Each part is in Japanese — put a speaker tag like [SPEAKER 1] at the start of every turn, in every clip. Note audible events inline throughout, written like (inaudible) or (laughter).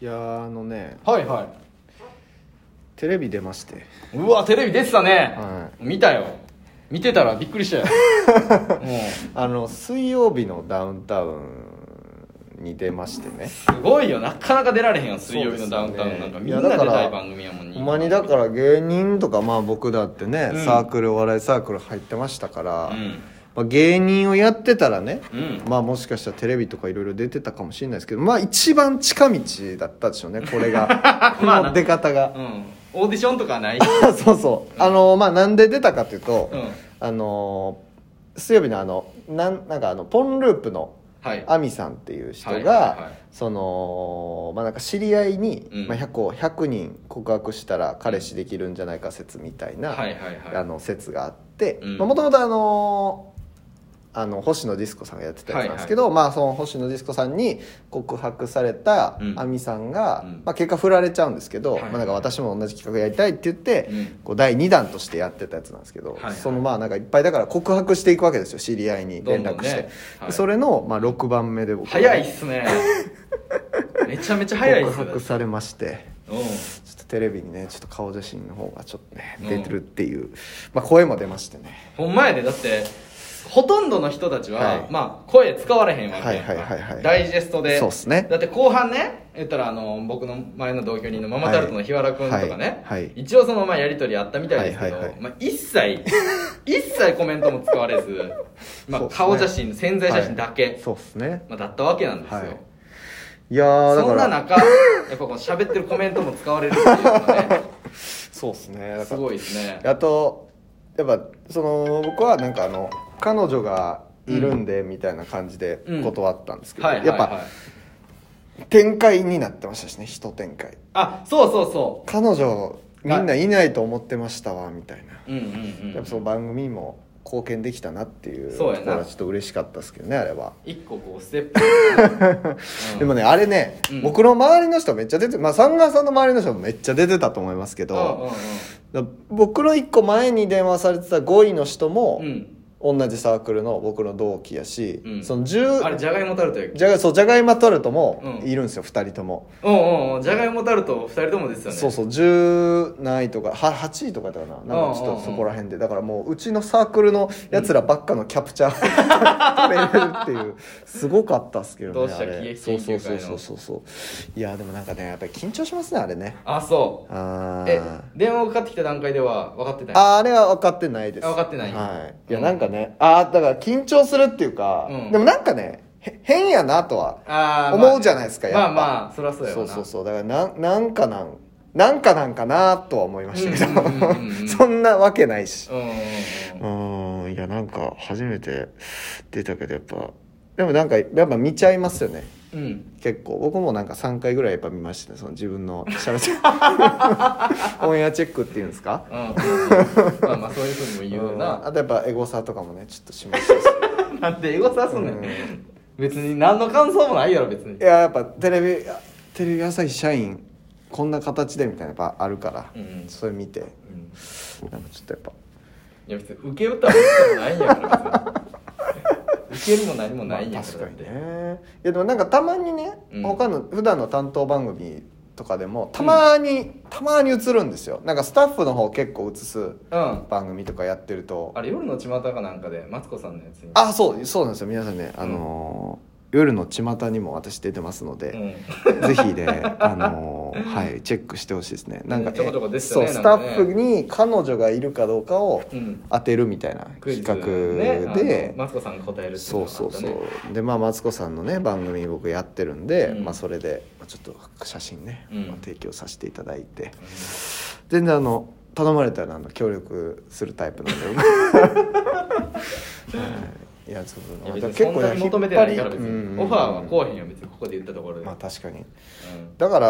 [SPEAKER 1] いやーあのね
[SPEAKER 2] はいは
[SPEAKER 1] テレビ出まして
[SPEAKER 2] いうわテレビ出てたね、
[SPEAKER 1] は
[SPEAKER 2] 見たよ見てたらびっくりし
[SPEAKER 1] (laughs)
[SPEAKER 2] たよも
[SPEAKER 1] あの水曜日のダウンタウンに出ましてね
[SPEAKER 2] うすごいよなかなか出られへんよ水曜日のダウンタウンなんか、みんな出
[SPEAKER 1] いやだか
[SPEAKER 2] た
[SPEAKER 1] ら
[SPEAKER 2] い番組やもん
[SPEAKER 1] ほんまにだから芸人とかまあ僕だってね、
[SPEAKER 2] うん
[SPEAKER 1] サークルお笑いサークル入ってましたから、
[SPEAKER 2] うん
[SPEAKER 1] まあ、芸人をやってたらね、
[SPEAKER 2] うん
[SPEAKER 1] まあもしかしたらテレビとかいろいろ出てたかもしれないですけどまあ一番近道だったでしょうねこれ
[SPEAKER 2] (laughs)
[SPEAKER 1] がこ
[SPEAKER 2] まあな
[SPEAKER 1] の出方が
[SPEAKER 2] うんオーディションとかない
[SPEAKER 1] (laughs) そうそうあのまあなんで出たかっていうと、
[SPEAKER 2] うん
[SPEAKER 1] あの水曜日のあのなんなんかあのポンループの
[SPEAKER 2] はい
[SPEAKER 1] 亜美さんっていう人が、
[SPEAKER 2] はいはいはい
[SPEAKER 1] そのまあなんか知り合いに、
[SPEAKER 2] うん
[SPEAKER 1] まあ、100, 個100人告白したら彼氏できるんじゃないか説みたいな、
[SPEAKER 2] はいはいはい
[SPEAKER 1] あの説があって
[SPEAKER 2] うん
[SPEAKER 1] もともとあのあの星野ディスコさんがやってたやつなんですけど、まあ、その星野ディスコさんに告白された
[SPEAKER 2] うん
[SPEAKER 1] 亜美さんが、
[SPEAKER 2] うん
[SPEAKER 1] まあ、結果振られちゃうんですけど、
[SPEAKER 2] はいはい
[SPEAKER 1] まあ、なんか私も同じ企画やりたいって言って、
[SPEAKER 2] うん
[SPEAKER 1] こう第2弾としてやってたやつなんですけど、
[SPEAKER 2] はいはい
[SPEAKER 1] そのまあなんかいっぱいだから告白していくわけですよ知り合いに連絡して
[SPEAKER 2] どんどんねはい
[SPEAKER 1] それのまあ6番目で僕
[SPEAKER 2] 早いっすねめちゃめちゃ早いっ
[SPEAKER 1] 告
[SPEAKER 2] すね
[SPEAKER 1] 白されましてち
[SPEAKER 2] う
[SPEAKER 1] ょっとテレビにねちょっと顔写真の方がちょっとね
[SPEAKER 2] うん
[SPEAKER 1] 出てるっていう、まあ、声も出ましてね
[SPEAKER 2] んほんまやでだってほとんどの人たちは、
[SPEAKER 1] はい
[SPEAKER 2] まあ声使われへんわけやんか
[SPEAKER 1] はいはいはいはい
[SPEAKER 2] ダイジェストで
[SPEAKER 1] そうっすね
[SPEAKER 2] だって後半ね言ったらあの僕の前の同居人のママタルトの日原君とかね、
[SPEAKER 1] はいはい
[SPEAKER 2] 一応そのまあやり取りあったみたいですけど、
[SPEAKER 1] はいはいはい
[SPEAKER 2] まあ、一切 (laughs) 一切コメントも使われず、ま
[SPEAKER 1] そう
[SPEAKER 2] あ、
[SPEAKER 1] っすね
[SPEAKER 2] 顔写真、宣材写真だけ、
[SPEAKER 1] そうっすね
[SPEAKER 2] まあ、だったわけなんですよ、
[SPEAKER 1] はいいやーだ
[SPEAKER 2] そ
[SPEAKER 1] か
[SPEAKER 2] んな
[SPEAKER 1] ら
[SPEAKER 2] 中やっぱこう喋ってるコメントも使われるっていうの
[SPEAKER 1] (laughs)
[SPEAKER 2] がね
[SPEAKER 1] そうっすねだ
[SPEAKER 2] す
[SPEAKER 1] から
[SPEAKER 2] ごいですね
[SPEAKER 1] あとやっぱその僕はなんかあの彼女がいるんでみたいな感じで
[SPEAKER 2] うん
[SPEAKER 1] 断ったんですけど、
[SPEAKER 2] はいはい
[SPEAKER 1] やっ
[SPEAKER 2] は
[SPEAKER 1] ぱ
[SPEAKER 2] い
[SPEAKER 1] 展開になってましたしね一展開
[SPEAKER 2] あそうそうそ
[SPEAKER 1] 彼女みんないないと思ってましたわみたいな、
[SPEAKER 2] ううんうん
[SPEAKER 1] や
[SPEAKER 2] う
[SPEAKER 1] っ
[SPEAKER 2] ん
[SPEAKER 1] ぱその番組にも貢献できたなっていうと
[SPEAKER 2] そうやな
[SPEAKER 1] ころはちょっと嬉しかったですけどねあれは、
[SPEAKER 2] 一個こうステ
[SPEAKER 1] (laughs)
[SPEAKER 2] ップ、うん
[SPEAKER 1] でもねあれね、
[SPEAKER 2] うん
[SPEAKER 1] 僕の周りの人めっちゃ出てまあサンガーさんの周りの人もめっちゃ出てたと思いますけ
[SPEAKER 2] うんうん
[SPEAKER 1] ど、だ僕の一個前に電話されてた5位の人も、
[SPEAKER 2] うんうん
[SPEAKER 1] 同じサークルの僕の同期やし、
[SPEAKER 2] うん
[SPEAKER 1] その10
[SPEAKER 2] あれじゃがいもタルトやっけ
[SPEAKER 1] じゃがそうじゃがいまタルトも
[SPEAKER 2] うん
[SPEAKER 1] いるんですよ、二2人とも、
[SPEAKER 2] うんうんうんじゃがいもタルト2人ともですよね
[SPEAKER 1] そうそう10何位とかは8位とかだよななんかちょ
[SPEAKER 2] うんうん
[SPEAKER 1] っと
[SPEAKER 2] うん
[SPEAKER 1] そこら辺でだからもううちのサークルのやつらばっかのキャプチャー (laughs) 撮れるっていうすごかったっすけどね
[SPEAKER 2] どうした
[SPEAKER 1] あれ
[SPEAKER 2] 喜
[SPEAKER 1] そう
[SPEAKER 2] 劇
[SPEAKER 1] そ
[SPEAKER 2] 研
[SPEAKER 1] う
[SPEAKER 2] 究会
[SPEAKER 1] そう
[SPEAKER 2] の
[SPEAKER 1] そうそうそういやでもなんかねやっぱり緊張しますねあれね
[SPEAKER 2] あそう
[SPEAKER 1] あ
[SPEAKER 2] え
[SPEAKER 1] ー
[SPEAKER 2] 電話がかかってきた段階では分かってない
[SPEAKER 1] ああれは分かってないです
[SPEAKER 2] あ分かってない
[SPEAKER 1] はい、いや
[SPEAKER 2] うん
[SPEAKER 1] なんかね、ああだから緊張するっていうか、
[SPEAKER 2] うん
[SPEAKER 1] でもなんかねへ変やなとは
[SPEAKER 2] あー
[SPEAKER 1] 思うじゃないですか
[SPEAKER 2] まあ
[SPEAKER 1] やっ
[SPEAKER 2] ね
[SPEAKER 1] ぱ
[SPEAKER 2] まあまあそりゃそうや
[SPEAKER 1] そ
[SPEAKER 2] わ
[SPEAKER 1] う
[SPEAKER 2] な
[SPEAKER 1] そうそうだからなんなんかなんなんかなんかなとは思いましたけど、
[SPEAKER 2] うんうんうんうんうん
[SPEAKER 1] (laughs) そんなわけないし
[SPEAKER 2] うんうんうん
[SPEAKER 1] うんいやなんか初めて出たけどやっぱでもなんかやっぱ見ちゃいますよね
[SPEAKER 2] うんうん
[SPEAKER 1] 結構僕もなんか3回ぐらいやっぱ見ましたねその自分のしゃべって
[SPEAKER 2] (laughs)
[SPEAKER 1] オンエアチェックっていうんですか
[SPEAKER 2] うんうん
[SPEAKER 1] (laughs)
[SPEAKER 2] まあまあそういうふうにも言うんな
[SPEAKER 1] あとやっぱエゴサとかもねちょっとしましたし
[SPEAKER 2] なんで英語さすんね
[SPEAKER 1] うん
[SPEAKER 2] 別に何の感想もないやろ別に
[SPEAKER 1] いややっぱテレビテレビ朝日社員こんな形でみたいなやっぱあるから、
[SPEAKER 2] うん
[SPEAKER 1] それ見て
[SPEAKER 2] うん
[SPEAKER 1] なんかちょっとやっぱ
[SPEAKER 2] いや別に受け歌も受けもないんやから別に受けるも何もないん
[SPEAKER 1] ま
[SPEAKER 2] や
[SPEAKER 1] あ
[SPEAKER 2] か
[SPEAKER 1] 確
[SPEAKER 2] ら
[SPEAKER 1] か
[SPEAKER 2] だっ
[SPEAKER 1] に
[SPEAKER 2] て、
[SPEAKER 1] ねいやでもなんかたまにね、
[SPEAKER 2] うん
[SPEAKER 1] 他の普段の担当番組とかでもたまに、たまに映るんですよなんかスタッフの方結構映す
[SPEAKER 2] うん
[SPEAKER 1] 番組とかやってると
[SPEAKER 2] あれ夜の巷かなんかでマツコさんのやつに
[SPEAKER 1] あそうそうなんですよ皆さんねあのー夜の巷にも私出てますの
[SPEAKER 2] う
[SPEAKER 1] で、
[SPEAKER 2] ん
[SPEAKER 1] ぜひねあのーはいチェックしてほしいですねなんか、
[SPEAKER 2] ちょこちょこ出てた
[SPEAKER 1] そ
[SPEAKER 2] ね
[SPEAKER 1] うス
[SPEAKER 2] な
[SPEAKER 1] タ
[SPEAKER 2] んかね
[SPEAKER 1] ッフに彼女がいるかどうかを
[SPEAKER 2] うん
[SPEAKER 1] 当てるみたいな
[SPEAKER 2] クイ
[SPEAKER 1] 企
[SPEAKER 2] ズ
[SPEAKER 1] 画
[SPEAKER 2] ね
[SPEAKER 1] で、
[SPEAKER 2] あのマツコさんが答えるってい
[SPEAKER 1] そう
[SPEAKER 2] の
[SPEAKER 1] う
[SPEAKER 2] が
[SPEAKER 1] そうそ
[SPEAKER 2] あったね
[SPEAKER 1] うでまあマツコさんのね番組僕やってるんで、
[SPEAKER 2] うん
[SPEAKER 1] まあ、それでまあちょっと写真ね、
[SPEAKER 2] うん
[SPEAKER 1] まあ、提供させていただいて全然あの頼まれたらあの協力するタイプ
[SPEAKER 2] (laughs)
[SPEAKER 1] なんで、はい、いやそう
[SPEAKER 2] いや
[SPEAKER 1] ま
[SPEAKER 2] 別
[SPEAKER 1] た
[SPEAKER 2] にそんなに求めてないから別
[SPEAKER 1] 引っ張り
[SPEAKER 2] にオファーはこうへんよ別にここで言ったとこ
[SPEAKER 1] う
[SPEAKER 2] ろ
[SPEAKER 1] ん
[SPEAKER 2] で、
[SPEAKER 1] まあ確かに
[SPEAKER 2] うん
[SPEAKER 1] だから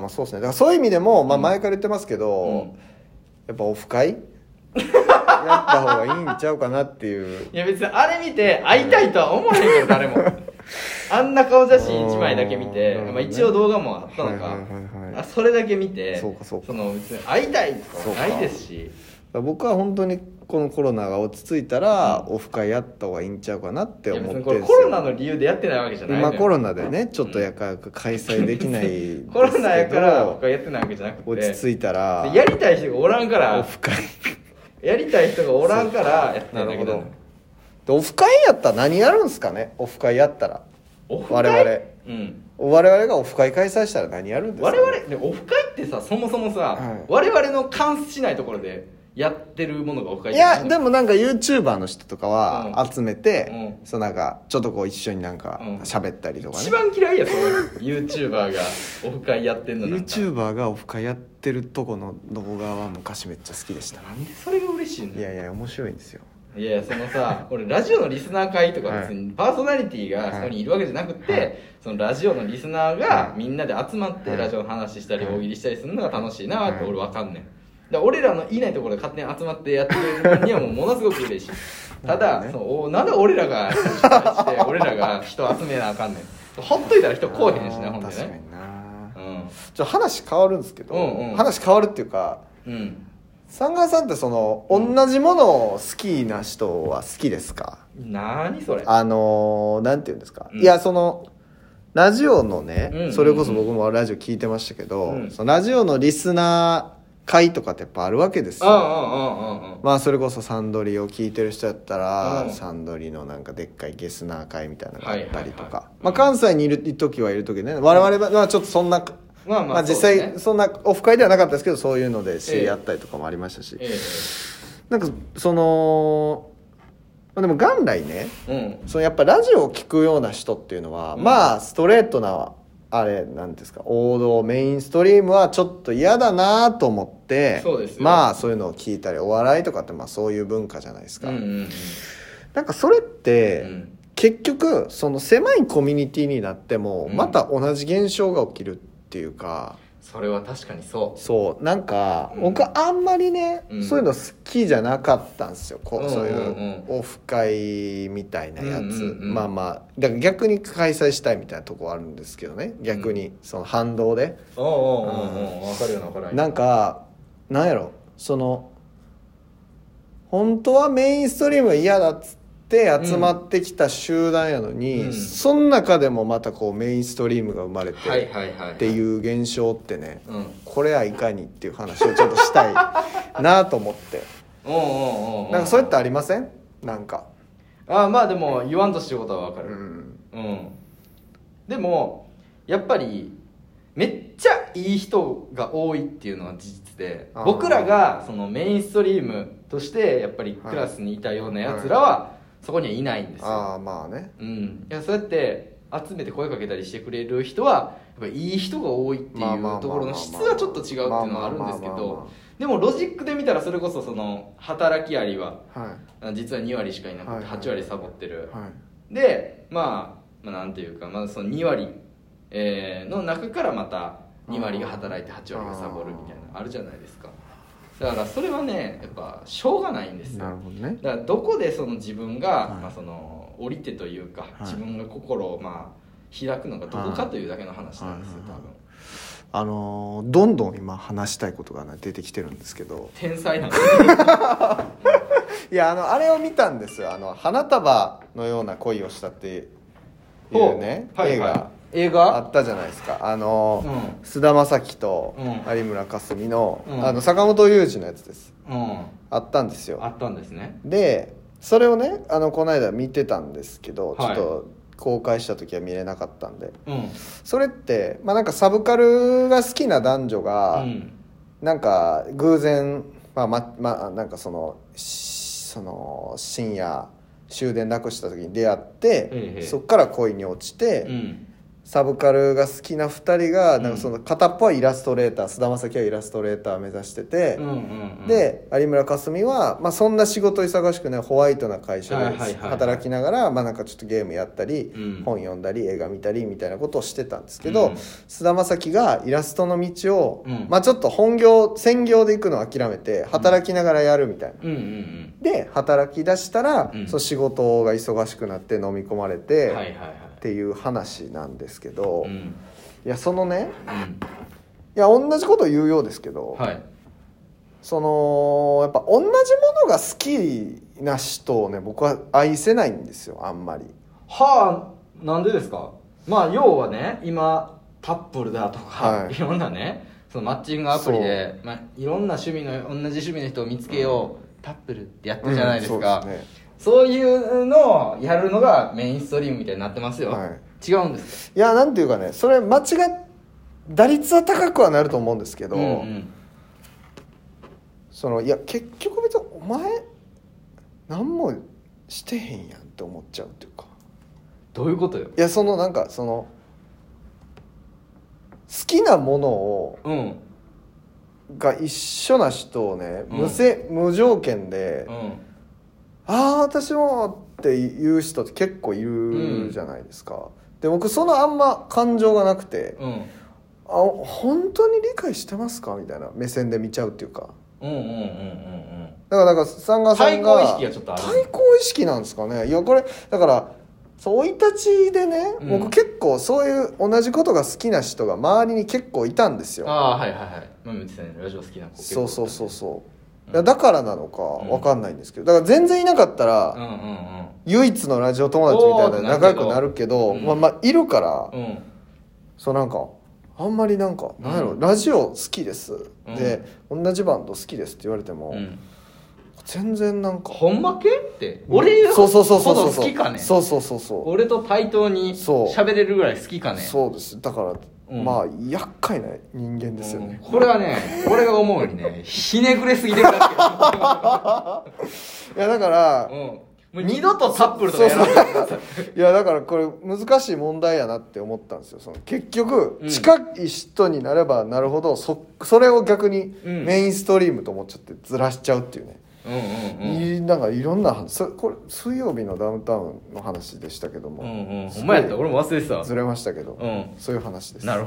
[SPEAKER 1] まあそうですねだからそういう意味でも、まあ、
[SPEAKER 2] うん
[SPEAKER 1] 前から言ってますけど、
[SPEAKER 2] うん
[SPEAKER 1] やっぱオフ会 (laughs) やった方がいいんちゃうかなっていう
[SPEAKER 2] いや別にあれ見て会いたいとは思わへんけど誰も (laughs) あんな顔写真1枚だけ見て、
[SPEAKER 1] うん
[SPEAKER 2] まあ、一応動画もあったの
[SPEAKER 1] はい
[SPEAKER 2] か、
[SPEAKER 1] はいはいはい
[SPEAKER 2] あそれだけ見て
[SPEAKER 1] そうかそうか
[SPEAKER 2] の別に会いたいとかはないですし
[SPEAKER 1] だら僕は本当にこのコロナが落ち着いたら、オフ会やった方がいいんちゃうかなって
[SPEAKER 2] いや
[SPEAKER 1] 思って
[SPEAKER 2] 別
[SPEAKER 1] るんで
[SPEAKER 2] にこれ
[SPEAKER 1] すよ
[SPEAKER 2] コロナの理由でやってないわけじゃないのよ
[SPEAKER 1] 今コロナでねちょっとやかやか開催できないですけど
[SPEAKER 2] (laughs) コロナやから僕はやってないわけじゃなくて
[SPEAKER 1] 落ち着いたら
[SPEAKER 2] でやりたい人がおらんから
[SPEAKER 1] オフ
[SPEAKER 2] (laughs)
[SPEAKER 1] 会
[SPEAKER 2] やりたい人がおらんからやってんだけど
[SPEAKER 1] でオフ会やったら何やるんすかねオフ会やったら
[SPEAKER 2] オフ会
[SPEAKER 1] 我
[SPEAKER 2] うん
[SPEAKER 1] 々我々がオフ会開催したら何やるんですか
[SPEAKER 2] 我
[SPEAKER 1] ね、
[SPEAKER 2] 々でオフ会ってさそもそもさ、
[SPEAKER 1] はい
[SPEAKER 2] 我々の関しないところでやってるものがオフ会
[SPEAKER 1] いやで
[SPEAKER 2] も
[SPEAKER 1] もなんか YouTuber の人とかは
[SPEAKER 2] うん
[SPEAKER 1] 集めて、
[SPEAKER 2] うん
[SPEAKER 1] そうなんかちょっとこう一緒になんか
[SPEAKER 2] うん
[SPEAKER 1] 喋ったりとかね、
[SPEAKER 2] 一番嫌いやそういう YouTuber がオフ会やってんのなんか
[SPEAKER 1] YouTuber がオフ会やってるとこの動画は昔めっちゃ好きでした
[SPEAKER 2] なんでそれが嬉しいの
[SPEAKER 1] いやいや面白いんですよ
[SPEAKER 2] いやいやそのさ (laughs) 俺ラジオのリスナー会とか別にパーソナリティがそこにいるわけじゃなくて、
[SPEAKER 1] はい
[SPEAKER 2] そのラジオのリスナー
[SPEAKER 1] は
[SPEAKER 2] が
[SPEAKER 1] い
[SPEAKER 2] みんなで集まって
[SPEAKER 1] はい
[SPEAKER 2] ラジオの話したり
[SPEAKER 1] はい
[SPEAKER 2] 大喜利したりするのが楽しいなって
[SPEAKER 1] はい
[SPEAKER 2] 俺わかんねんだから俺らのいないところで勝手に集まってやってる分にはもうものすご
[SPEAKER 1] (laughs)
[SPEAKER 2] く嬉しい
[SPEAKER 1] な
[SPEAKER 2] た
[SPEAKER 1] るほ
[SPEAKER 2] だ、
[SPEAKER 1] どね
[SPEAKER 2] そのおなんで俺らが主催
[SPEAKER 1] (laughs)
[SPEAKER 2] して俺らが人集めなあかんねんほっといたら人来えへんしな
[SPEAKER 1] あー
[SPEAKER 2] ほんで
[SPEAKER 1] 確か
[SPEAKER 2] ね
[SPEAKER 1] にな
[SPEAKER 2] うん
[SPEAKER 1] じゃ話変わるんですけど、
[SPEAKER 2] うんうん
[SPEAKER 1] 話変わるっていうか
[SPEAKER 2] うん
[SPEAKER 1] 三川さんってその同じものを好きな人は好きですか、
[SPEAKER 2] 何それ
[SPEAKER 1] あのーなんていうんですか、
[SPEAKER 2] うん
[SPEAKER 1] いやそのラジオのね、
[SPEAKER 2] うんうんうん
[SPEAKER 1] それこそ僕もラジオ聞いてましたけど、
[SPEAKER 2] うん
[SPEAKER 1] そのラジオのリスナー会とかってやっぱあるわけです
[SPEAKER 2] うんう
[SPEAKER 1] よ、
[SPEAKER 2] んうんうんうん
[SPEAKER 1] まあそれこそサンドリを聞いてる人だったら、
[SPEAKER 2] うん
[SPEAKER 1] サンドリのなんかでっかいゲスナー会みたいなのがあったりと
[SPEAKER 2] はいはい
[SPEAKER 1] か
[SPEAKER 2] はい、
[SPEAKER 1] まあ、関西にいる時はいる時ね我々はまあちょっとそんな、
[SPEAKER 2] まあまあ
[SPEAKER 1] まあ実
[SPEAKER 2] そうですね
[SPEAKER 1] 際そんなオフ会ではなかったですけどそういうので知り合ったりとかもありましたし、
[SPEAKER 2] え
[SPEAKER 1] なんかその、まあ、でも元来ね
[SPEAKER 2] えうん
[SPEAKER 1] そのやっぱラジオを聞くような人っていうのは、
[SPEAKER 2] うん
[SPEAKER 1] まあストレートなあれなんですか王道メインストリームはちょっと嫌だなと思って
[SPEAKER 2] そうですよ
[SPEAKER 1] まあそういうのを聞いたりお笑いとかってまあそういう文化じゃないですか、
[SPEAKER 2] うんうん
[SPEAKER 1] なんかそれっ
[SPEAKER 2] う
[SPEAKER 1] て、
[SPEAKER 2] んうん
[SPEAKER 1] 結局その狭いコミュニティになっても
[SPEAKER 2] うん
[SPEAKER 1] また同じ現象が起きるっていうか、
[SPEAKER 2] それは確かにそ
[SPEAKER 1] そうなんか
[SPEAKER 2] うん
[SPEAKER 1] 僕あんまりね、
[SPEAKER 2] うん
[SPEAKER 1] そういうの好きじゃなかったんですよこう、
[SPEAKER 2] うんうん
[SPEAKER 1] そうい
[SPEAKER 2] うん
[SPEAKER 1] うオフ会みたいなやつ、
[SPEAKER 2] うんうんうん
[SPEAKER 1] まあまあだから逆に開催したいみたいなとこはあるんですけどね逆にその反動で、
[SPEAKER 2] うおうおうおうおう分かるよな分かるよ
[SPEAKER 1] なんかなんやろその本当はメインストリームが嫌だっつって集まってきた集団やのに、
[SPEAKER 2] うん
[SPEAKER 1] その中でもまたこうメインストリームが生まれて、
[SPEAKER 2] はいはいはい
[SPEAKER 1] っていう現象ってね、
[SPEAKER 2] うんおう
[SPEAKER 1] これはいかにっていう話をちょっとした (laughs) いなと思って
[SPEAKER 2] おうおうおう
[SPEAKER 1] なんかそうやってありませんなんか、
[SPEAKER 2] ああまあでも言わんとしてることは分か
[SPEAKER 1] う
[SPEAKER 2] る
[SPEAKER 1] ん、
[SPEAKER 2] うんでもやっぱりめっちゃいい人が多いっていうのは事実で
[SPEAKER 1] あー
[SPEAKER 2] 僕らがそのメインストリームとしてやっぱりクラスにいたようなやつらはそこにはいないんですよ、
[SPEAKER 1] ああまあね
[SPEAKER 2] うん、いやそうやって集めて声かけたりしてくれる人はやっぱいい人が多いってい
[SPEAKER 1] まあまあまあまあまあ
[SPEAKER 2] うところの質がちょっと違うっていうのはあるんですけ
[SPEAKER 1] まあまあまあまあ
[SPEAKER 2] どでもロジックで見たらそれこそその働きアリは
[SPEAKER 1] は
[SPEAKER 2] あ実は2割しかいなく
[SPEAKER 1] はい
[SPEAKER 2] て
[SPEAKER 1] はい
[SPEAKER 2] 8割サボって
[SPEAKER 1] い
[SPEAKER 2] る
[SPEAKER 1] はい
[SPEAKER 2] でまあ、まあ、なんていうか、まあ、その2割、えーの中からまた2割が働いて8割がサボるみたいなあるじゃないですかだからそれはねやっぱしょうがないんですよ
[SPEAKER 1] なるほどね
[SPEAKER 2] だからどこでその自分が、
[SPEAKER 1] はい
[SPEAKER 2] まあ、その降りてというか、
[SPEAKER 1] い
[SPEAKER 2] 自分が心をまあ開くのがどこかというだけの話なんですよ、
[SPEAKER 1] はい
[SPEAKER 2] 多分
[SPEAKER 1] あのーどんどん今話したいことがね出てきてるんですけど
[SPEAKER 2] 天才なんで
[SPEAKER 1] いやあのあれを見たんですよあの花束のような恋をしたっていうね、
[SPEAKER 2] はい
[SPEAKER 1] 映
[SPEAKER 2] は
[SPEAKER 1] 画
[SPEAKER 2] い、映
[SPEAKER 1] あ
[SPEAKER 2] 画
[SPEAKER 1] ったじゃないですかあのー、
[SPEAKER 2] うん
[SPEAKER 1] 菅田将暉と
[SPEAKER 2] う
[SPEAKER 1] 有村架純の,、
[SPEAKER 2] うん
[SPEAKER 1] あの坂本龍二のやつです
[SPEAKER 2] うん
[SPEAKER 1] あったんですよ
[SPEAKER 2] あったんですね
[SPEAKER 1] でそれをねあのこの間見てたんですけど、
[SPEAKER 2] はい
[SPEAKER 1] ちょっと公開した時は見れなかったんで
[SPEAKER 2] うん
[SPEAKER 1] それって、まあ、なんかサブカルが好きな男女が、
[SPEAKER 2] うん
[SPEAKER 1] なんか偶然、まあままあ、なんかそのしその深夜終電なくした時に出会って、
[SPEAKER 2] ええ
[SPEAKER 1] そっから恋に落ちて、
[SPEAKER 2] うん
[SPEAKER 1] サブカルが好きな2人が
[SPEAKER 2] うん
[SPEAKER 1] なんかその片っぽはイラストレーター菅田将暉はイラストレーターを目指してて。
[SPEAKER 2] うんうんうん
[SPEAKER 1] で有村架純は、まあ、そんな仕事忙しくないホワイトな会社
[SPEAKER 2] はい
[SPEAKER 1] で
[SPEAKER 2] はいはいはい
[SPEAKER 1] 働きながらまあなんかちょっとゲームやったり、
[SPEAKER 2] うん
[SPEAKER 1] 本読んだり映画見たりみたいなことをしてたんですけど
[SPEAKER 2] うん
[SPEAKER 1] 菅、田将暉がイラストの道を、
[SPEAKER 2] うん
[SPEAKER 1] まあ、ちょっと本業専業で行くのを諦めて働きながらやるみたいな。
[SPEAKER 2] うんうん
[SPEAKER 1] で働き出したら、
[SPEAKER 2] うん
[SPEAKER 1] そう仕事が忙しくなって飲み込まれて、
[SPEAKER 2] うんはいはいは
[SPEAKER 1] っていう話なんですけど、
[SPEAKER 2] いうん
[SPEAKER 1] いやそのね
[SPEAKER 2] う
[SPEAKER 1] い
[SPEAKER 2] ん
[SPEAKER 1] や同じことを言うようですけど、
[SPEAKER 2] はい
[SPEAKER 1] そのやっぱ同じものが好きな人をね僕は愛せないんですよあんまり
[SPEAKER 2] はあなんでですかまあ要はね今タップルだとか、
[SPEAKER 1] はい
[SPEAKER 2] い、ろんなねそのマッチングアプリで、まあ、いろんな趣味の同じ趣味の人を見つけよう、タップルってやってるじゃないですか、
[SPEAKER 1] うんそうですね
[SPEAKER 2] そういうのをやるのがメインストリームみたいになってますよ、
[SPEAKER 1] はい
[SPEAKER 2] 違うんです
[SPEAKER 1] いやなんていうかねそれ間違っ打率は高くはなると思うんですけ
[SPEAKER 2] け
[SPEAKER 1] ど、
[SPEAKER 2] ど、うんうん
[SPEAKER 1] そのいや結局別にお前何もしてへんやんって思っちゃうっていうか
[SPEAKER 2] どういうことよ
[SPEAKER 1] いやそのなんかその好きなものを
[SPEAKER 2] うんうん
[SPEAKER 1] が一緒な人をね、
[SPEAKER 2] うん
[SPEAKER 1] 無せ無条件で「ああ私も」って言う人って結構いるじゃないですか、で僕そのあんま感情がなくて
[SPEAKER 2] うん
[SPEAKER 1] 「あ本当に理解してますか?」みたいな目線で見ちゃうっていうか
[SPEAKER 2] うんうんうんうんうん
[SPEAKER 1] だからなんかサンガさんが
[SPEAKER 2] 対抗意識がちょっとある
[SPEAKER 1] 対抗意識なんですかねいやこれだからそう生い立ちでね、
[SPEAKER 2] うん
[SPEAKER 1] 僕結構そういう同じことが好きな人が周りに結構いたんです
[SPEAKER 2] あ
[SPEAKER 1] よ
[SPEAKER 2] あはいはいはいまあ、さんラジオ好きな子
[SPEAKER 1] そうそうそうそううんいやだからなのか
[SPEAKER 2] ん
[SPEAKER 1] わかんないんですけどだから全然いなかったら、
[SPEAKER 2] うんうん
[SPEAKER 1] 唯一のラジオ友達みたいなので仲良くなるけど
[SPEAKER 2] おーってなるけど
[SPEAKER 1] まあ
[SPEAKER 2] うん
[SPEAKER 1] まあいるから、
[SPEAKER 2] うんうん
[SPEAKER 1] そうなんかあんまりなんかなんやろ、
[SPEAKER 2] うん
[SPEAKER 1] ラジオ好きです、で同じバンド好きですって言われても、
[SPEAKER 2] うん
[SPEAKER 1] 全然なんか
[SPEAKER 2] ほんまけって俺
[SPEAKER 1] そう
[SPEAKER 2] ほ
[SPEAKER 1] そうそうそう
[SPEAKER 2] ど
[SPEAKER 1] そう
[SPEAKER 2] 好きかね
[SPEAKER 1] そうそうそうそう
[SPEAKER 2] 俺と対等に
[SPEAKER 1] そう
[SPEAKER 2] 喋れるぐらい好きかね
[SPEAKER 1] そうですだから、
[SPEAKER 2] うん
[SPEAKER 1] まあ厄介な人間ですよ
[SPEAKER 2] うん
[SPEAKER 1] ね、
[SPEAKER 2] これはね俺が思うよりねひねくれすぎてるだ
[SPEAKER 1] いやだから
[SPEAKER 2] け、うん、もう二度とタップルとかやらないでください
[SPEAKER 1] いやだからこれ難しい問題やなって思ったんですよその結局
[SPEAKER 2] うん
[SPEAKER 1] 近い人になればなるほどそそれを逆に
[SPEAKER 2] うん
[SPEAKER 1] メインストリームと思っちゃってずらしちゃうっていうね、
[SPEAKER 2] うんうんうん
[SPEAKER 1] いなんかいろんな話そこれ水曜日のダウンタウンの話でしたけども、
[SPEAKER 2] うんうん
[SPEAKER 1] す
[SPEAKER 2] ほ
[SPEAKER 1] ごい
[SPEAKER 2] んまやった俺も忘れてたわ
[SPEAKER 1] ずれましたけど、
[SPEAKER 2] うん
[SPEAKER 1] そういう話です
[SPEAKER 2] なるほど